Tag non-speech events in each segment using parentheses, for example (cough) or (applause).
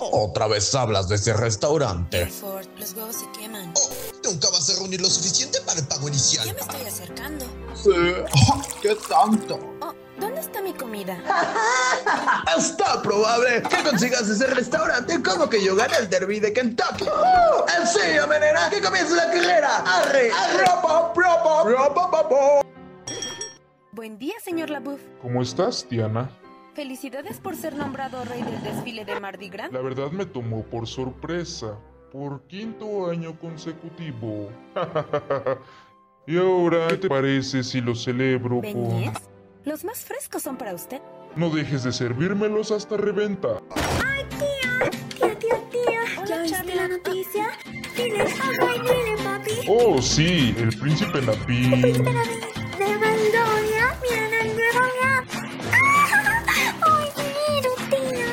Otra vez hablas de ese Eh. restaurante. Ford, los huevos se queman. Oh, nunca vas a reunir lo suficiente para el pago inicial. Ya me estoy acercando. Sí. ¿Qué tanto? Oh, ¿dónde está mi comida? Está probable que consigas ese restaurante como que yo gané el derby de Kentucky. ¡Oh! ¡Enseña, menera! ¡Que comience la carrera! ¡Arre! ¡Arre! ¡Ropa, ropa, ropa, ropa! Buen día, señor Labouf. ¿Cómo estás, Tiana? Felicidades por ser nombrado rey del desfile de Mardi Gras. La verdad me tomó por sorpresa. Por quinto año consecutivo. (laughs) y ahora, ¿qué te parece si lo celebro ¿Beñez? con... Los más frescos son para usted. No dejes de servírmelos hasta reventa. Tía, tía, tía, ¿ya Hola, viste Charla. la noticia? Dile, papá, y dile, papi. Oh, sí, el príncipe Lapín. Espera, de Valdoria, miren el nuevo (laughs) ya. ¡Ah! ¡Ay, dinero, tía!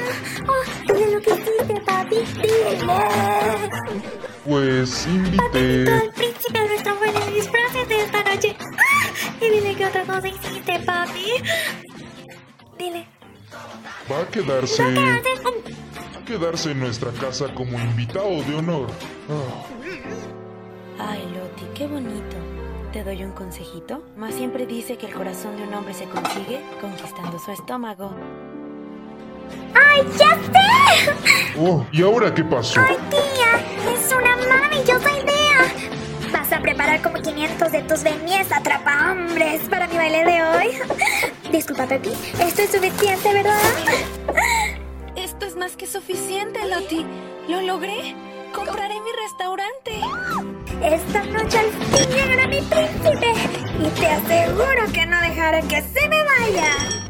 Oh, dile lo que hiciste, papi. Dile. Pues Todo invité... el príncipe a nuestra buena disfraz de esta noche. ¡Ah! Y dile qué otra cosa hiciste, papi. Dile. Va a quedarse... ¿Qué Va haces? Un- a quedarse en nuestra casa como invitado de honor. Ah, Ay, Loti, qué bonito. ¿Te doy un consejito? Más siempre dice que el corazón de un hombre se consigue conquistando su estómago. ¡Ay, ya sé! Oh, ¿y ahora qué pasó? ¡Ay, tía! ¡Es una maravillosa idea! Vas a preparar como 500 de tus beñes atrapahombres para mi baile de hoy. Disculpa, Pepi. Esto es suficiente, ¿verdad? Esto es más que suficiente, Loti. Lo logré. Compraré mi restaurante. Esta noche al fin llegará mi príncipe. Y te aseguro que no dejaré que se me vaya.